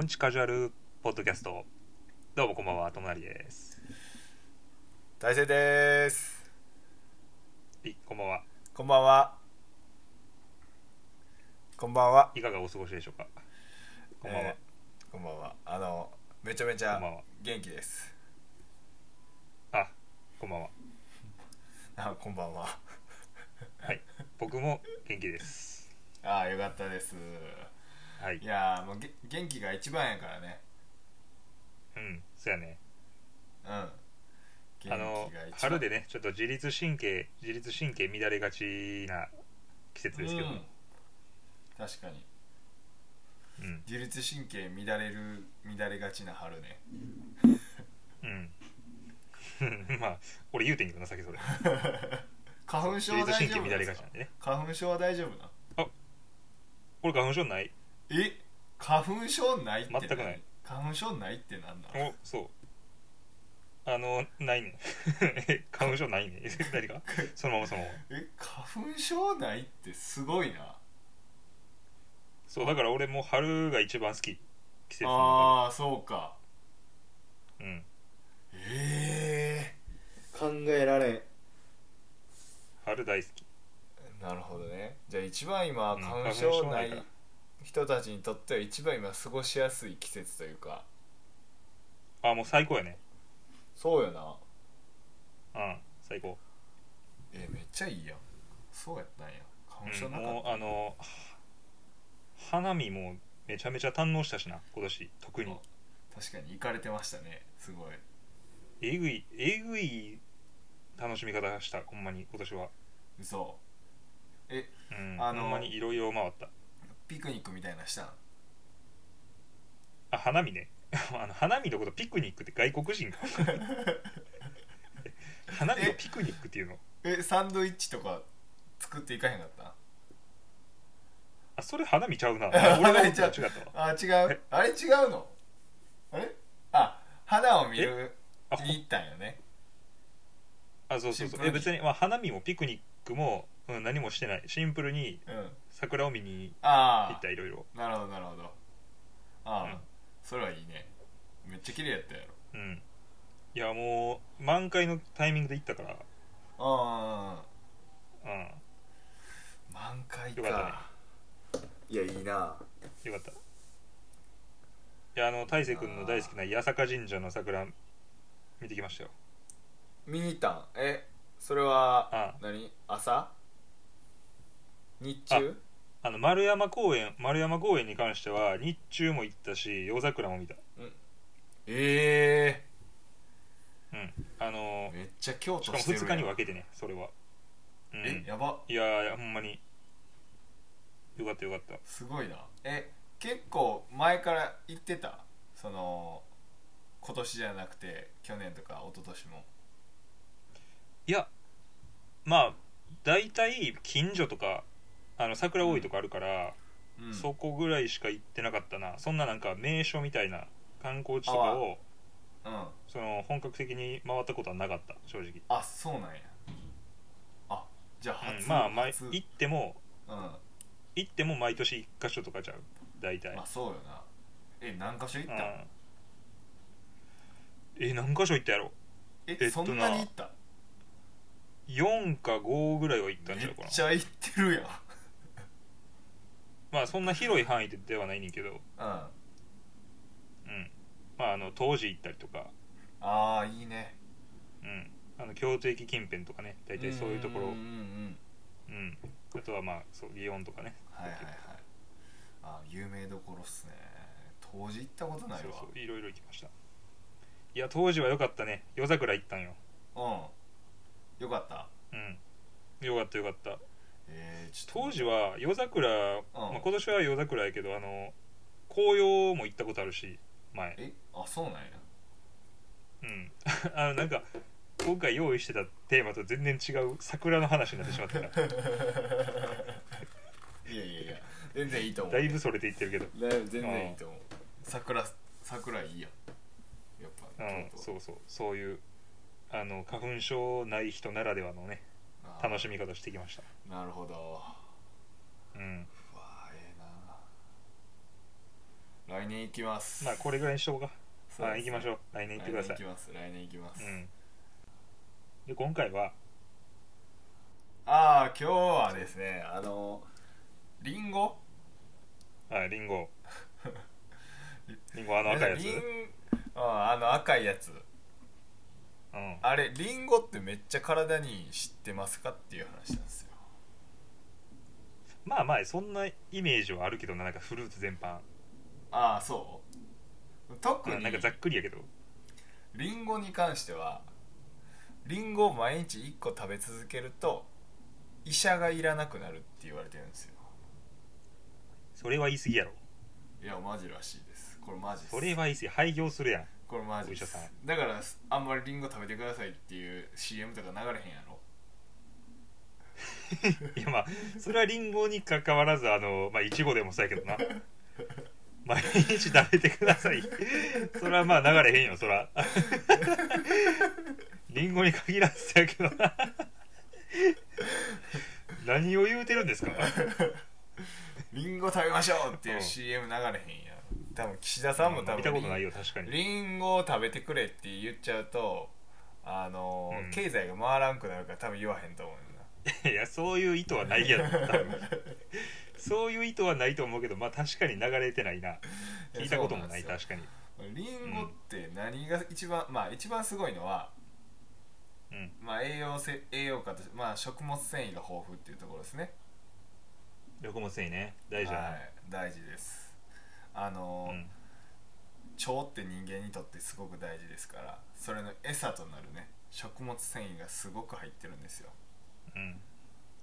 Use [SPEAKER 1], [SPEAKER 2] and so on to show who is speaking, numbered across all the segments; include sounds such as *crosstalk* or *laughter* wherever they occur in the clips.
[SPEAKER 1] んちカジュアルポッドキャストどうもこんばんはともなりです
[SPEAKER 2] 大成です
[SPEAKER 1] いこんばんは
[SPEAKER 2] こんばんはこんばんはい
[SPEAKER 1] かがお過ごしでしょうかこんばんは、
[SPEAKER 2] えーこんばんはあのめちゃめち
[SPEAKER 1] こ
[SPEAKER 2] ゃ
[SPEAKER 1] んばんは
[SPEAKER 2] 元気です *laughs*
[SPEAKER 1] あこんばんは
[SPEAKER 2] あこんばんは
[SPEAKER 1] はい僕も元気です
[SPEAKER 2] あよかったです
[SPEAKER 1] はい
[SPEAKER 2] いやーもうげ元気が一番やからね
[SPEAKER 1] うんそやね
[SPEAKER 2] うん
[SPEAKER 1] あの春でねちょっと自律神経自律神経乱れがちな季節ですけど
[SPEAKER 2] う
[SPEAKER 1] も
[SPEAKER 2] ん、確かに
[SPEAKER 1] うん
[SPEAKER 2] 自律神経乱れる乱れがちな春ね *laughs*
[SPEAKER 1] うん、まあ俺言うてんけ *laughs* どな先そ
[SPEAKER 2] *laughs*
[SPEAKER 1] れ
[SPEAKER 2] 花粉症
[SPEAKER 1] 自
[SPEAKER 2] は
[SPEAKER 1] 律神
[SPEAKER 2] 大丈
[SPEAKER 1] 経乱
[SPEAKER 2] 夫な
[SPEAKER 1] れ
[SPEAKER 2] んで
[SPEAKER 1] が
[SPEAKER 2] す
[SPEAKER 1] ち
[SPEAKER 2] か
[SPEAKER 1] なんでね
[SPEAKER 2] 花粉症は大丈夫な
[SPEAKER 1] 俺花粉症ない
[SPEAKER 2] え花粉症ないって何
[SPEAKER 1] 全くない
[SPEAKER 2] 花粉症ないってなんなの
[SPEAKER 1] おそうあのないね *laughs* え花粉症ないね何がそのままそのまま
[SPEAKER 2] え花粉症ないってすごいな
[SPEAKER 1] そうだから俺もう春が一番好き季節の
[SPEAKER 2] ああそうか
[SPEAKER 1] 中でうん
[SPEAKER 2] ええ考えられん
[SPEAKER 1] 春大好き
[SPEAKER 2] なるほどねじゃあ一番今
[SPEAKER 1] うん
[SPEAKER 2] 花粉症
[SPEAKER 1] 花
[SPEAKER 2] な
[SPEAKER 1] 粉症ないから
[SPEAKER 2] い人たちにとっては一番今過ごしやすい季節というか
[SPEAKER 1] ああもう最高やね
[SPEAKER 2] そうよな
[SPEAKER 1] うん最高
[SPEAKER 2] えめっちゃいいやんそうやったんや花粉
[SPEAKER 1] う
[SPEAKER 2] 症
[SPEAKER 1] ん、
[SPEAKER 2] なかった
[SPEAKER 1] もうあのは花見もめちゃめちゃ堪能したしな今年特に
[SPEAKER 2] 確かに行かれてましたねすごい
[SPEAKER 1] えぐいえぐい楽しみ方したほんまに今年は
[SPEAKER 2] 嘘
[SPEAKER 1] うん、
[SPEAKER 2] あの
[SPEAKER 1] ほんまにいろいろ回った
[SPEAKER 2] ピクニックみたいなしたん
[SPEAKER 1] あ花見ね *laughs* あの花見のことピクニックって外国人が花見をピクニックっていうの
[SPEAKER 2] えサンドイッチとか作っていかへんかった
[SPEAKER 1] あそれ花見ちゃうな俺
[SPEAKER 2] *laughs* 花
[SPEAKER 1] が
[SPEAKER 2] 見ちゃう
[SPEAKER 1] 違ったわ
[SPEAKER 2] あ違
[SPEAKER 1] え
[SPEAKER 2] うあれ違うのあれあ花を見る
[SPEAKER 1] あ
[SPEAKER 2] に行ったんよね
[SPEAKER 1] あそうそう
[SPEAKER 2] シ
[SPEAKER 1] そ
[SPEAKER 2] ン
[SPEAKER 1] う
[SPEAKER 2] プル
[SPEAKER 1] え
[SPEAKER 2] に
[SPEAKER 1] 別に、まあ、花見もピクニックも、うん、何もしてないシンプルに
[SPEAKER 2] うん
[SPEAKER 1] 桜を見に行
[SPEAKER 2] あ
[SPEAKER 1] ったいろいろ
[SPEAKER 2] あなるほどなるほどああ、
[SPEAKER 1] うん
[SPEAKER 2] それはいいねめっちゃ綺麗やったやろ
[SPEAKER 1] うんいやもう満開のタイミングで行ったから
[SPEAKER 2] ああ
[SPEAKER 1] うん
[SPEAKER 2] 満開か
[SPEAKER 1] よか
[SPEAKER 2] いやいいな
[SPEAKER 1] よかったいやあの大勢君の大好きな八坂神社の桜見てきましたよ
[SPEAKER 2] 見に行ったんえそれは
[SPEAKER 1] あ
[SPEAKER 2] 何朝日中
[SPEAKER 1] あの丸山公園丸山公園に関しては日中も行ったし夜桜も見た
[SPEAKER 2] え
[SPEAKER 1] うんあ
[SPEAKER 2] え
[SPEAKER 1] の
[SPEAKER 2] めっちゃ京
[SPEAKER 1] し
[SPEAKER 2] 都
[SPEAKER 1] かも
[SPEAKER 2] してる
[SPEAKER 1] 2日に分けてねそれはう
[SPEAKER 2] え
[SPEAKER 1] ん
[SPEAKER 2] やば
[SPEAKER 1] いやいやほんまによかったよかった
[SPEAKER 2] すごいなえ結構前から行ってたその今年じゃなくて去年とか一昨年も
[SPEAKER 1] いやまあ大体近所とかあの桜多いとかあるから、
[SPEAKER 2] うん
[SPEAKER 1] そこぐらいしか行ってなかったなそんななんか名所みたいな観光地とかを
[SPEAKER 2] うん
[SPEAKER 1] その本格的に回ったことはなかった正直、
[SPEAKER 2] あそうなんやあじゃあ
[SPEAKER 1] う
[SPEAKER 2] 初、
[SPEAKER 1] ん、まあ前
[SPEAKER 2] 初
[SPEAKER 1] 行っても
[SPEAKER 2] うんま
[SPEAKER 1] 行っても毎年1箇所とかちゃう大体
[SPEAKER 2] あそうよなえ何箇所行ったん
[SPEAKER 1] うんえ何箇所行ったやろ
[SPEAKER 2] え
[SPEAKER 1] えっと
[SPEAKER 2] そ
[SPEAKER 1] なん
[SPEAKER 2] なに行った
[SPEAKER 1] 4か5ぐらいは行ったん
[SPEAKER 2] め
[SPEAKER 1] ちゃ
[SPEAKER 2] っ
[SPEAKER 1] うかな
[SPEAKER 2] ちゃ行ってるやんうん
[SPEAKER 1] まあそんな広い範囲ではないねんけど、
[SPEAKER 2] あ
[SPEAKER 1] うん、まああの当時行ったりとか、
[SPEAKER 2] あいいね
[SPEAKER 1] うん、あの京都駅近辺とかね大体そういうところ
[SPEAKER 2] うんうんうん
[SPEAKER 1] うん、あとはまあそう祇園とかね
[SPEAKER 2] はいはいはいあ有名どころっすね当時行ったことないわ
[SPEAKER 1] そうそういろいろ行きましたいや当時は良かったね夜桜行ったんよ
[SPEAKER 2] うんよかった
[SPEAKER 1] うんよかったよかった
[SPEAKER 2] えー、ちょっと
[SPEAKER 1] 当時は夜桜、まあ、今年は夜桜やけどあの紅葉も行ったことあるし前
[SPEAKER 2] えあそうなんや
[SPEAKER 1] うん *laughs* あのなんか今回用意してたテーマと全然違う桜の話になってしまった
[SPEAKER 2] *laughs*
[SPEAKER 1] から
[SPEAKER 2] *laughs* いやいやいや全然いいと思う
[SPEAKER 1] だいぶそれていってるけど
[SPEAKER 2] だいぶ全然いいと思う桜桜いいやんやっ
[SPEAKER 1] う
[SPEAKER 2] ぱ、
[SPEAKER 1] ん、そううそうそういうあの花粉症ない人ならではのね楽しみ方してきました
[SPEAKER 2] みなるほどうわ
[SPEAKER 1] うん
[SPEAKER 2] ーええな来年行きます
[SPEAKER 1] まあこれぐらいにしとこうか、
[SPEAKER 2] そう
[SPEAKER 1] は
[SPEAKER 2] で
[SPEAKER 1] い、
[SPEAKER 2] す
[SPEAKER 1] 行きましょう来年行ってくださ
[SPEAKER 2] 来
[SPEAKER 1] い
[SPEAKER 2] 年行きます来年行きます、
[SPEAKER 1] うんで今回は
[SPEAKER 2] ああ今日はですねあのリンゴ
[SPEAKER 1] あリン
[SPEAKER 2] *laughs*
[SPEAKER 1] ゴリンゴあの赤いやつ
[SPEAKER 2] リンああの赤いやつ
[SPEAKER 1] うん
[SPEAKER 2] あれリンゴってめっちゃ体にいい知ってますかっていう話なんですよ
[SPEAKER 1] まあまあそんなイメージはあるけどななんかフルーツ全般
[SPEAKER 2] ああそう特
[SPEAKER 1] うん
[SPEAKER 2] に
[SPEAKER 1] なんかざっくりやけど
[SPEAKER 2] リンゴに関してはリンゴを毎日1個食べ続けると医者がいらなくなるって言われてるんですよ
[SPEAKER 1] それは言い過ぎやろ
[SPEAKER 2] いやマジらしいですこれマジです
[SPEAKER 1] それは言い過ぎ廃業するやん
[SPEAKER 2] これマジで
[SPEAKER 1] お医者
[SPEAKER 2] す
[SPEAKER 1] さん
[SPEAKER 2] だからあんまりリンゴ食べてくださいっていう CM とか流れへんや
[SPEAKER 1] *laughs*
[SPEAKER 2] ろ
[SPEAKER 1] いやまあそれはリンゴにかかわらずあのまあいちごでもそうやけどな毎日食べてくださいそれはまあ流れへんよそらリンゴに限らずやけどな何を言うてるんですか
[SPEAKER 2] リンゴ食べましょうっていううん CM 流れへんやろ多分岸田さんも多
[SPEAKER 1] 見たことない
[SPEAKER 2] 分
[SPEAKER 1] よ確かに
[SPEAKER 2] リンゴを食べてくれって言っちゃうとあのー
[SPEAKER 1] うん
[SPEAKER 2] 経済が回らんくなるから多分言わへんと思うねんない
[SPEAKER 1] やそういう意図は
[SPEAKER 2] *laughs*
[SPEAKER 1] ないやろ多分そういう意図はないと思うけどまあ確かに流れてないな聞いたこともない
[SPEAKER 2] そうなんです
[SPEAKER 1] 確かに
[SPEAKER 2] リンゴって何が一番、まあ一番すごいのは、
[SPEAKER 1] うん
[SPEAKER 2] まあ、栄養せ栄養価として、まあ、食物繊維が豊富っていうところですね
[SPEAKER 1] 横も繊維ね大事だな、
[SPEAKER 2] はい、大事ですあの、
[SPEAKER 1] うん
[SPEAKER 2] 腸って人間にとってすごく大事ですからそれの餌となるね食物繊維がすごく入ってるんですよ
[SPEAKER 1] うん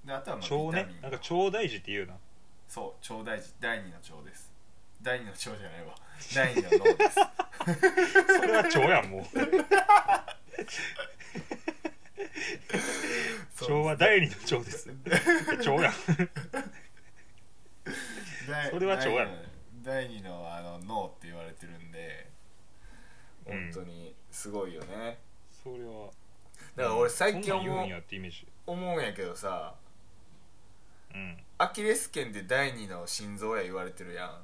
[SPEAKER 2] であとはまあビ
[SPEAKER 1] 腸
[SPEAKER 2] タ
[SPEAKER 1] ね
[SPEAKER 2] ミン
[SPEAKER 1] なんか超大事って言うな
[SPEAKER 2] そう腸大事第二の腸です第二の腸じゃない
[SPEAKER 1] *laughs*
[SPEAKER 2] わ第二の脳です
[SPEAKER 1] それは腸やんもう腸は第二の腸です
[SPEAKER 2] *laughs*
[SPEAKER 1] 腸やん
[SPEAKER 2] 第
[SPEAKER 1] それは腸やろ
[SPEAKER 2] 第二のあの脳って言われてるんで
[SPEAKER 1] うん
[SPEAKER 2] 本当にすごいよね、
[SPEAKER 1] それは
[SPEAKER 2] だから俺最近
[SPEAKER 1] そんなん
[SPEAKER 2] 思
[SPEAKER 1] 言
[SPEAKER 2] う
[SPEAKER 1] うんやってイメージ
[SPEAKER 2] 思うんやけどさ
[SPEAKER 1] うん
[SPEAKER 2] アキレス腱って第二の心臓や言われてるやん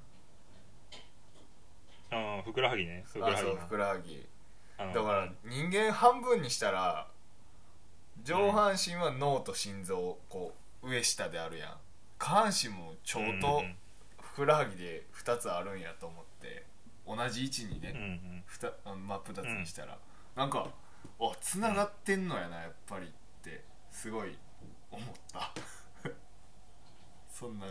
[SPEAKER 1] ああふくらはぎねふくら
[SPEAKER 2] あ
[SPEAKER 1] はぎ
[SPEAKER 2] そう
[SPEAKER 1] な
[SPEAKER 2] ふくらはぎ
[SPEAKER 1] あ
[SPEAKER 2] だ
[SPEAKER 1] の
[SPEAKER 2] から人間半分にしたら上半身は脳と心臓こう上下であるやん下半身も腸
[SPEAKER 1] うん
[SPEAKER 2] と
[SPEAKER 1] うん
[SPEAKER 2] ふくらはぎで2つあるんやと思って同じ位置にね、
[SPEAKER 1] うんうん
[SPEAKER 2] ふたあ真っ二つにしたら、なんかあつながってんのやなやっぱりってすごい思った *laughs* そんな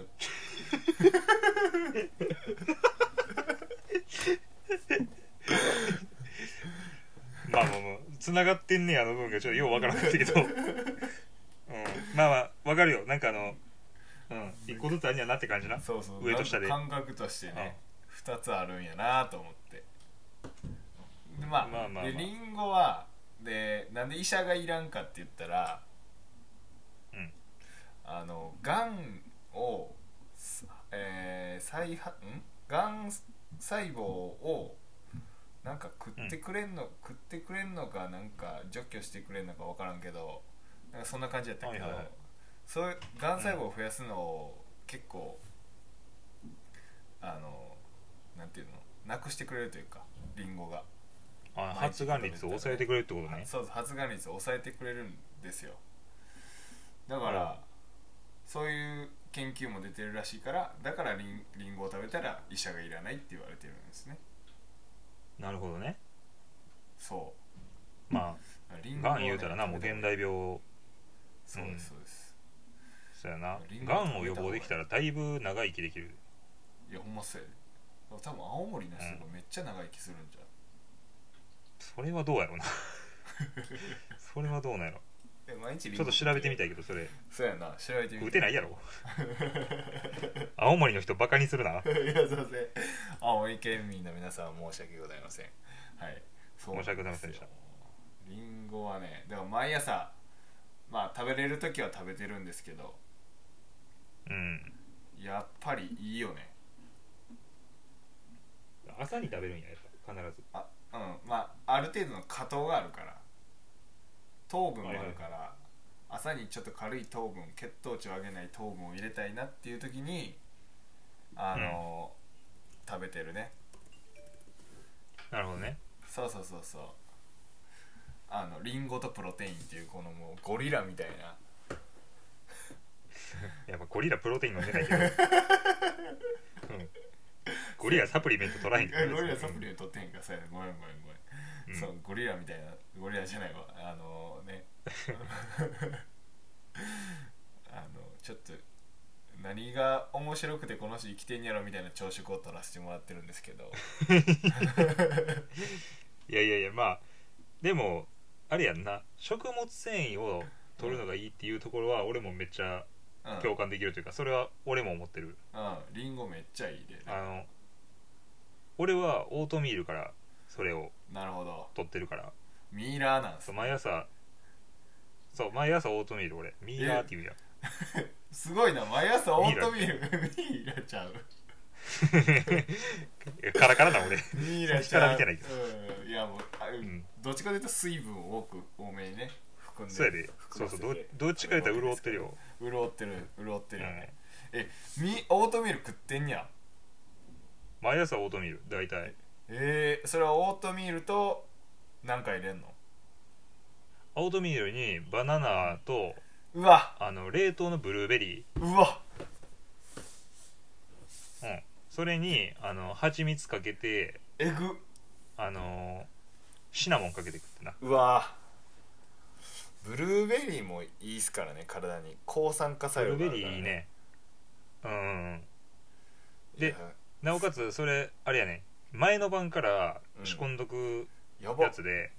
[SPEAKER 1] まあまあまあつながってんねやの部分がちょっとようわからなかったけ
[SPEAKER 2] *laughs*
[SPEAKER 1] ど、うん、まあまあわかるよなんかあのうん一個ずつあるんやなって感じな
[SPEAKER 2] そうそう
[SPEAKER 1] 上と下で
[SPEAKER 2] なんか感覚としてね、二2つあるんやなと思ってでま
[SPEAKER 1] まあ
[SPEAKER 2] あ
[SPEAKER 1] まあまあ
[SPEAKER 2] でリンゴはでなんで医者がいらんかって言ったら
[SPEAKER 1] うん
[SPEAKER 2] あのがんを、えー、再発んがん細胞をなんか食ってくれんの、食ってくれんのかなんか除去してくれんのか分からんけどなんかそんな感じやったけど、
[SPEAKER 1] はいはいはい
[SPEAKER 2] そういうがん細胞を増やすのを結構、あのなんていうのなくしてくれるというかリンゴが、
[SPEAKER 1] あ発がん率を抑えてくれるってことね
[SPEAKER 2] そうそう発がん率を抑えてくれるんですよだから、
[SPEAKER 1] うん
[SPEAKER 2] そういう研究も出てるらしいからだからリンリンゴを食べたら医者がいらないって言われてるんですね
[SPEAKER 1] なるほどね
[SPEAKER 2] そ
[SPEAKER 1] ま
[SPEAKER 2] うリ
[SPEAKER 1] あ
[SPEAKER 2] ンゴを
[SPEAKER 1] が
[SPEAKER 2] ね
[SPEAKER 1] ん言うたらなもう現代病
[SPEAKER 2] そう
[SPEAKER 1] うん
[SPEAKER 2] ですそうです、
[SPEAKER 1] そうやな
[SPEAKER 2] リンゴ
[SPEAKER 1] がんを予防できたらだいぶ長生きできる
[SPEAKER 2] いやほんまそうやで多分青森の人がめっちゃ長生きするんじゃん
[SPEAKER 1] それはどうやろうな
[SPEAKER 2] *laughs*
[SPEAKER 1] それはどうなんやろ
[SPEAKER 2] え毎日
[SPEAKER 1] ちょっと調べてみた
[SPEAKER 2] い
[SPEAKER 1] いけどそれ
[SPEAKER 2] そうやな調べてみ
[SPEAKER 1] 打てないいやろ青森の人バカにするない
[SPEAKER 2] やす *laughs* いません青森県民の皆さん申し訳ございませんはい
[SPEAKER 1] 申し訳ございませんでした
[SPEAKER 2] りんごはねでも毎朝まあ食べれる時は食べてるんですけど
[SPEAKER 1] うん
[SPEAKER 2] やっぱりいいよね
[SPEAKER 1] 朝に食べるんややっぱ必ず
[SPEAKER 2] あうんまあある程度の果糖があるから糖分もあるから、朝にちょっと軽い糖分血糖値を上げない糖分を入れたいなっていう時にあの、食べてるね
[SPEAKER 1] なるほどね
[SPEAKER 2] そうそうそうそうあのリンゴとプロテインっていうこのもうゴリラみたいな
[SPEAKER 1] やっぱゴリラプロテイン飲んで
[SPEAKER 2] *laughs*
[SPEAKER 1] ないけど、うん、ゴリラサプリメント取らへん
[SPEAKER 2] えゴリラサプリ
[SPEAKER 1] ン
[SPEAKER 2] メント取ってへんかそうやねごめんごめんごめ
[SPEAKER 1] ト、
[SPEAKER 2] ん
[SPEAKER 1] うん
[SPEAKER 2] そうゴリラみたいなゴリラじゃないわあのねあのちょっと何が面白くてこの人生きてんやろみたいな朝食を取らせてもらってるんですけど
[SPEAKER 1] いやいやいやまあでもあれやんな食物繊維を取るのがいいっていうところは俺もめっちゃ
[SPEAKER 2] うん、うん、
[SPEAKER 1] 共感できるというかそれは俺も思ってる
[SPEAKER 2] リンゴめっちゃいいで、ね、
[SPEAKER 1] あの俺はオートミールからそれを
[SPEAKER 2] なるほど
[SPEAKER 1] 取ってるから
[SPEAKER 2] ミイラーなんす
[SPEAKER 1] そう毎朝そう毎朝オートミール俺ミーラーっていうやん
[SPEAKER 2] すごいな毎朝オートミールミイラちゃう
[SPEAKER 1] いや *laughs* カラカラな俺
[SPEAKER 2] ミイラちゃ
[SPEAKER 1] そっ
[SPEAKER 2] う
[SPEAKER 1] ちから見てないけ
[SPEAKER 2] うん、いやもうあ、
[SPEAKER 1] ん
[SPEAKER 2] どっちかというと水分を多く多めにね含んで
[SPEAKER 1] そうやでそうそうどどっちか言ったら潤ってるよ
[SPEAKER 2] 潤ってる潤ってるよね、えみオートミール食ってんや
[SPEAKER 1] 毎朝オートミール大体
[SPEAKER 2] えー、それはオートミールと何か入れんの
[SPEAKER 1] オートミールにバナナと
[SPEAKER 2] うわ
[SPEAKER 1] あの冷凍のブルーベリ
[SPEAKER 2] うわ
[SPEAKER 1] ー、うん、それにあの蜂蜜かけて
[SPEAKER 2] えぐ
[SPEAKER 1] あのシナモンかけて食ってな
[SPEAKER 2] うわブルーベリーもいいっすからね体に抗酸化
[SPEAKER 1] ブ
[SPEAKER 2] 作
[SPEAKER 1] ル
[SPEAKER 2] 用
[SPEAKER 1] ー
[SPEAKER 2] が
[SPEAKER 1] ベ
[SPEAKER 2] ある
[SPEAKER 1] リ
[SPEAKER 2] から
[SPEAKER 1] ーいいねうんうんうんで
[SPEAKER 2] いや
[SPEAKER 1] なおかつそれあれやね前の晩から仕込んどく
[SPEAKER 2] やば
[SPEAKER 1] や
[SPEAKER 2] 漬
[SPEAKER 1] つで、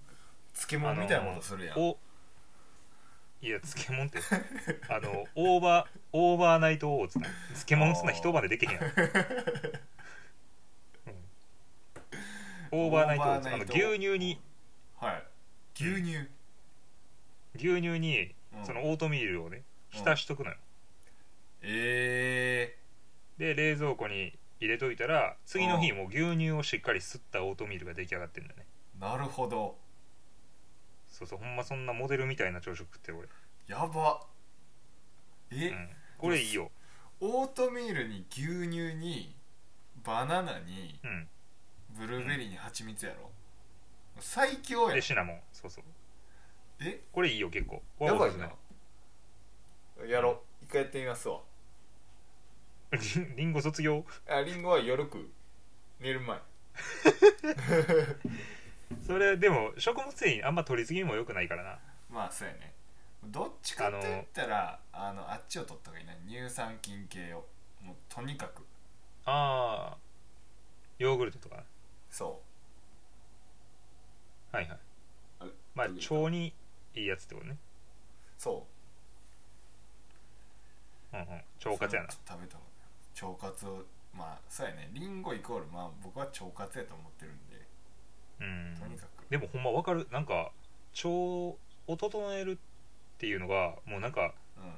[SPEAKER 2] 物
[SPEAKER 1] あの
[SPEAKER 2] みたいなことするやん、
[SPEAKER 1] おいや漬物って *laughs* あのオーバーオーバーナイトオーツな漬物すな
[SPEAKER 2] あー
[SPEAKER 1] 一晩でできへん *laughs* やん、うんオーバーナイトオーツ
[SPEAKER 2] オーバーナイト
[SPEAKER 1] あの牛乳に
[SPEAKER 2] はい牛乳、
[SPEAKER 1] 牛乳に
[SPEAKER 2] うん
[SPEAKER 1] そのオートミールをね
[SPEAKER 2] うん
[SPEAKER 1] 浸しとくのよ、
[SPEAKER 2] え
[SPEAKER 1] で冷蔵庫に入れといたら次の日もう牛乳をしっかり吸ったオートミールが出来上がってるんだね
[SPEAKER 2] ー、なるほど
[SPEAKER 1] そうそうほんまそんなモデルみたいな朝食って俺、
[SPEAKER 2] やばえ、
[SPEAKER 1] うん、これいいよ、
[SPEAKER 2] オートミールに牛乳にバナナに
[SPEAKER 1] うん、
[SPEAKER 2] ブルーベリーに蜂蜜やろ、最強やん
[SPEAKER 1] でシナモンそうそう
[SPEAKER 2] え
[SPEAKER 1] これいいよ結構これ
[SPEAKER 2] やば
[SPEAKER 1] おす
[SPEAKER 2] い
[SPEAKER 1] すめ
[SPEAKER 2] なやろう一回やってみますわ
[SPEAKER 1] リンリンゴ卒業
[SPEAKER 2] あリンゴは夜食う寝る *laughs* 前
[SPEAKER 1] それでも食物繊維あんま取りすぎも良くないからな
[SPEAKER 2] まあそうやねどっちかって言ったらあのあっちを取った方がいいな乳酸菌系をもうとにかく
[SPEAKER 1] あーヨーグルトとか
[SPEAKER 2] そ
[SPEAKER 1] はいはい
[SPEAKER 2] あれ
[SPEAKER 1] まあ
[SPEAKER 2] どういう
[SPEAKER 1] 腸にいいやつってことね、
[SPEAKER 2] うそう
[SPEAKER 1] うんうん、腸活やな
[SPEAKER 2] その食べた方が腸活をまあそうやねリンゴイコールまあ僕は腸活やと思ってるんで
[SPEAKER 1] うん
[SPEAKER 2] とにかく
[SPEAKER 1] でもほんまわかるなんか腸を整えるっていうのがもうなんか
[SPEAKER 2] うん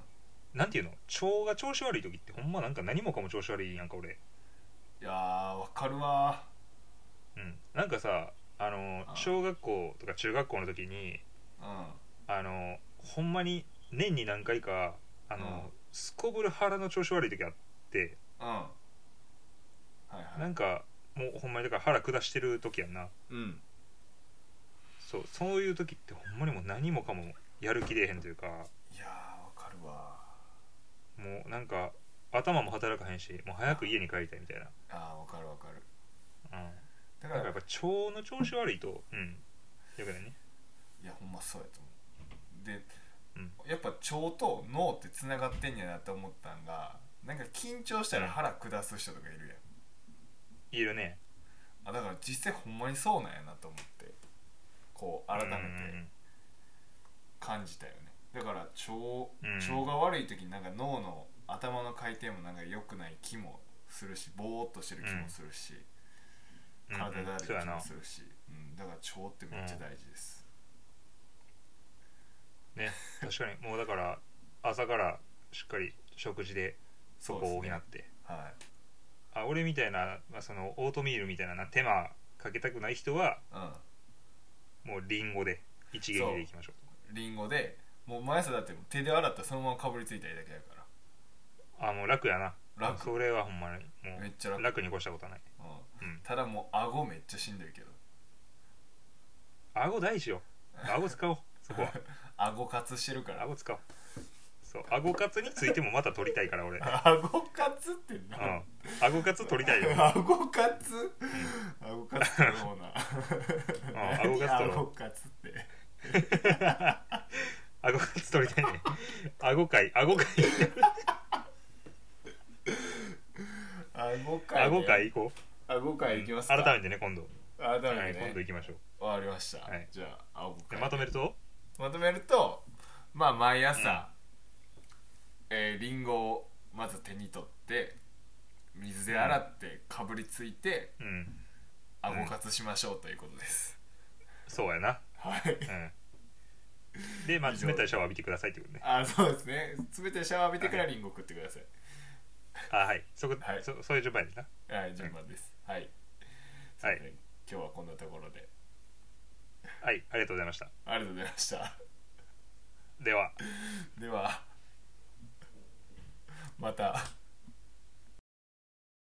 [SPEAKER 1] なんていうの腸が調子悪い時ってほんまなんか何もかも調子悪いやんか俺
[SPEAKER 2] いやーわかるわ
[SPEAKER 1] うんなんかさあの
[SPEAKER 2] あー
[SPEAKER 1] 小学校とか中学校の時に
[SPEAKER 2] ーうん
[SPEAKER 1] あのほんまに年に何回かあの、
[SPEAKER 2] うん
[SPEAKER 1] すこぶる腹の調子悪い時あって
[SPEAKER 2] うんはいは
[SPEAKER 1] ないんかもうほんまにだから腹下してる時やんな
[SPEAKER 2] うん
[SPEAKER 1] そうそういう時ってほんまにもう何もかもやる気出えへんというか
[SPEAKER 2] いやーわかるわ
[SPEAKER 1] もうなんか頭も働かへんしもう早く家に帰りたいみたい
[SPEAKER 2] ーあーわかるわかる
[SPEAKER 1] な、うん、
[SPEAKER 2] だか
[SPEAKER 1] なん
[SPEAKER 2] ら
[SPEAKER 1] かやっぱ腸の調子悪いとうんよくないね
[SPEAKER 2] いやほんまそうやと思うで、
[SPEAKER 1] うん
[SPEAKER 2] やっぱ腸と脳ってつながってんやなって思ったんがなんか緊張したら腹下す人とかいるやん
[SPEAKER 1] いるね
[SPEAKER 2] あだから実際ほんまにそうなんやなと思ってこう改めて、感じたよねだから腸,、
[SPEAKER 1] ん
[SPEAKER 2] 腸が悪い時になんか脳の頭の回転もなんか良くない気もするしぼーっとしてる気もするし、
[SPEAKER 1] うんうんうん
[SPEAKER 2] 体だるい
[SPEAKER 1] そうや
[SPEAKER 2] 気
[SPEAKER 1] な
[SPEAKER 2] もするし、うんだから腸ってめっちゃ大事です、
[SPEAKER 1] ね確かにもうだから朝からしっかり食事でそこを補
[SPEAKER 2] そう
[SPEAKER 1] っ
[SPEAKER 2] で
[SPEAKER 1] て
[SPEAKER 2] は、
[SPEAKER 1] あ俺みたいな、まあ、そのオートミールみたいなな手間かけたくない人はい
[SPEAKER 2] うん
[SPEAKER 1] もうリンゴで一撃でいきましょ
[SPEAKER 2] リンゴでもう毎朝だって手で洗ったらそのままかぶりついたりだけだか
[SPEAKER 1] うあもう楽やな
[SPEAKER 2] ら楽、うん
[SPEAKER 1] それはほんまにも
[SPEAKER 2] めっちゃ
[SPEAKER 1] う
[SPEAKER 2] 楽
[SPEAKER 1] 楽に越したことはない、うん、
[SPEAKER 2] ただもう顎めっちゃしんどいけど
[SPEAKER 1] 顎大事よ顎使おう
[SPEAKER 2] *laughs*
[SPEAKER 1] そこは
[SPEAKER 2] 顎活してるから
[SPEAKER 1] 顎使おうそう顎活についてもまた取りたいから
[SPEAKER 2] *laughs*
[SPEAKER 1] 俺うん
[SPEAKER 2] 顎活って何
[SPEAKER 1] 顎活取りたい
[SPEAKER 2] *laughs*
[SPEAKER 1] よ
[SPEAKER 2] 顎活顎活ってどうな
[SPEAKER 1] *laughs* 顎活だろ
[SPEAKER 2] 何顎活って
[SPEAKER 1] 顎活取りたいね顎会顎
[SPEAKER 2] *laughs*
[SPEAKER 1] 会
[SPEAKER 2] 顎会
[SPEAKER 1] 顎
[SPEAKER 2] 会
[SPEAKER 1] 会行こ
[SPEAKER 2] 顎
[SPEAKER 1] う
[SPEAKER 2] 会いきますか
[SPEAKER 1] 改めてね今度
[SPEAKER 2] 改
[SPEAKER 1] は
[SPEAKER 2] め
[SPEAKER 1] い
[SPEAKER 2] て
[SPEAKER 1] 今度
[SPEAKER 2] ね
[SPEAKER 1] 行きましょう
[SPEAKER 2] わかりました
[SPEAKER 1] はい
[SPEAKER 2] じゃあ顎
[SPEAKER 1] で
[SPEAKER 2] 会
[SPEAKER 1] まとめると
[SPEAKER 2] まとめるとまあ毎朝、えーリンゴをまず手に取って水で洗ってかぶりついて
[SPEAKER 1] うん
[SPEAKER 2] 顎活しましょうということです、
[SPEAKER 1] そうやな
[SPEAKER 2] はい
[SPEAKER 1] うんでまあ
[SPEAKER 2] 以上
[SPEAKER 1] 冷たいシャワー浴びてくださいってことね
[SPEAKER 2] あそうですね全てシャワー浴びてからリンゴ食ってください
[SPEAKER 1] あはいそこ
[SPEAKER 2] はい
[SPEAKER 1] そそういう順番やな
[SPEAKER 2] はい順番です、はい
[SPEAKER 1] はい
[SPEAKER 2] とうことで今日はこんなところで
[SPEAKER 1] はいありがとうございました
[SPEAKER 2] ありがとうございました
[SPEAKER 1] では
[SPEAKER 2] ではまた